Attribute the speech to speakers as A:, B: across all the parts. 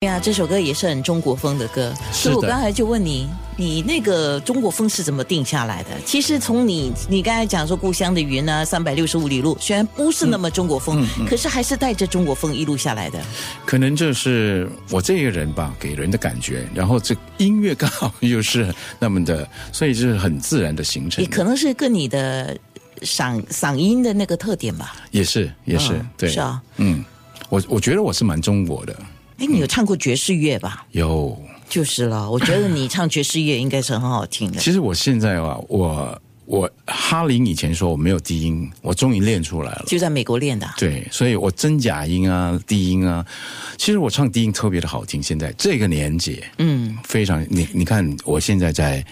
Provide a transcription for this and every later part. A: 对啊，这首歌也是很中国风的歌，所以我
B: 是的
A: 刚才就问你，你那个中国风是怎么定下来的？其实从你你刚才讲说故乡的云啊，三百六十五里路，虽然不是那么中国
B: 嗯
A: 风，可是还是带着中国风一路下来的。
B: 可能就是我这个人吧，给人的感觉，然后这音乐刚好又是那么的，所以就是很自然的形成
A: 也，可能是跟你的嗓嗓音的那个特点吧。
B: 也是也是、
A: 嗯
B: 对，
A: 是啊。
B: 嗯，我我觉得我是蛮中国的，
A: 哎，你有唱过爵士乐吧？
B: 有。
A: 就是了，我觉得你唱爵士乐应该是很好听的。
B: 其实我现在啊，我我哈林以前说我没有低音，我终于练出来了。
A: 就在美国练的啊、
B: 对，所以我真假音啊、低音啊，其实我唱低音特别的好听。现在这个年纪，嗯，非常你你看，我现在在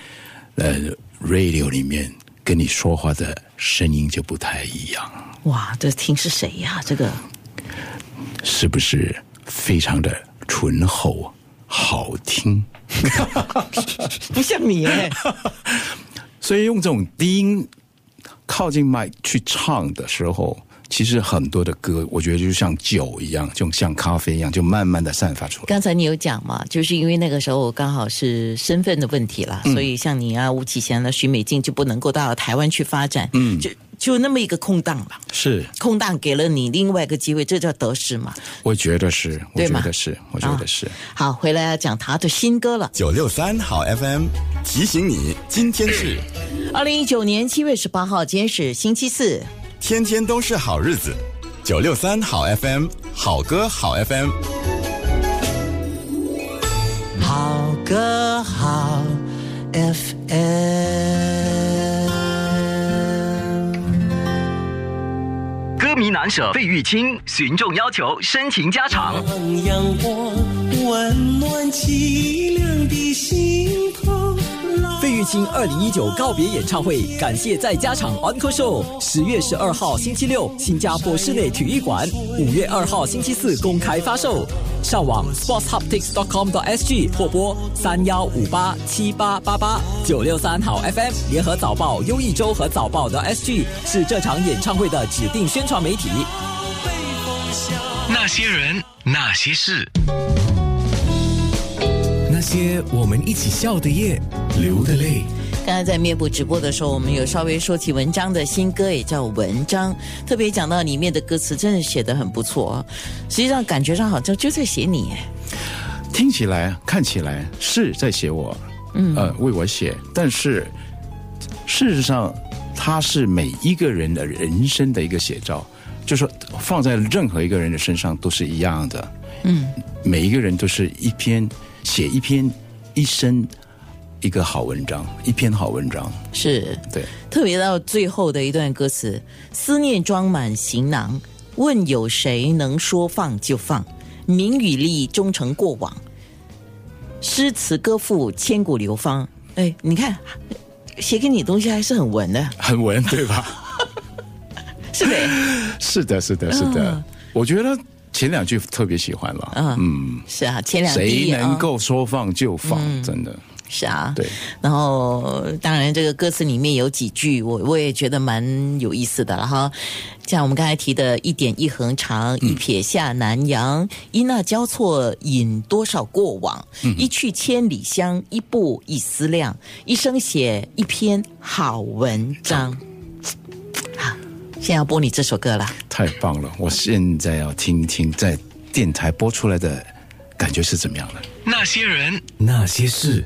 B: 呃 radio 里面跟你说话的声音就不太一样，
A: 哇，这听是谁呀、这个
B: 是不是非常的醇厚好听？
A: 不像你耶。
B: 所以用这种低音靠近麦去唱的时候，其实很多的歌，我觉得就像酒一样，就像咖啡一样，就慢慢的散发出来。
A: 刚才你有讲嘛，就是因为那个时候我刚好是身份的问题啦，所以像你啊、吴启贤啊、徐美静就不能够到台湾去发展，嗯，就就那么一个空档吧，
B: 是，
A: 空档给了你另外一个机会，这叫得失嘛。
B: 我觉得是，我
A: 对
B: 觉
A: 吗啊
B: 得是，我觉得是。
A: 好，回来要讲他的新歌了。
C: 九六三好 FM 提醒你，今天是
A: 二零一九年七月十八号，今天是星期四。
C: 天天都是好日子。九六三好 FM，好歌好 FM。
A: 好歌好 FM。
D: 歌迷难舍费玉清，群众要求深情加场。
E: 让阳光温暖凄凉的心头。
F: 费玉清二零一九告别演唱会，感谢在加场 Encore Show。十月十二号星期六，新加坡室内体育馆；五月二号星期四公开发售。上网 sportshaptics.com.sg 或拨三幺五八七八八八九六三好 FM 联合早报、优一周和早报的 SG 是这场演唱会的指定宣传媒体。
D: 那些人，那些事，
G: 那些我们一起笑的夜，流的泪。
A: 刚才在面部直播的时候，我们有稍微说起文章的新歌，也叫《文章》，特别讲到里面的歌词，真的写得很不错啊。实际上感觉上好像就在写你耶，
B: 听起来、看起来是在写我，嗯，呃，为我写，但是事实上，它是每一个人的人生的一个写照，就是说放在任何一个人的身上都是一样的，嗯，每一个人都是一篇写一篇一生一个好文章，一篇好文章，
A: 是
B: 对，
A: 特别到最后的一段歌词：“思念装满行囊，问有谁能说放就放？名与利终成过往，诗词歌赋千古流芳。”哎，你看，写给你的东西还是很文的，
B: 很文对吧？
A: 是呗？
B: 是的，是的，是的，我觉得前两句特别喜欢了，嗯，
A: 是啊，前两
B: 谁
A: 滴啊
B: 能够说放就放，真的。
A: 是啊，
B: 对。
A: 然后，当然这个歌词里面有几句，我我也觉得蛮有意思的了哈。像我们刚才提的一点一横长，一撇下南洋，一捺交错引多少过往，一去千里香，一步一思量，一生写一篇好文章。好，现在要播你这首歌了。
B: 太棒了！我现在要听一听在电台播出来的感觉是怎么样的。
D: 那些人，
G: 那些事，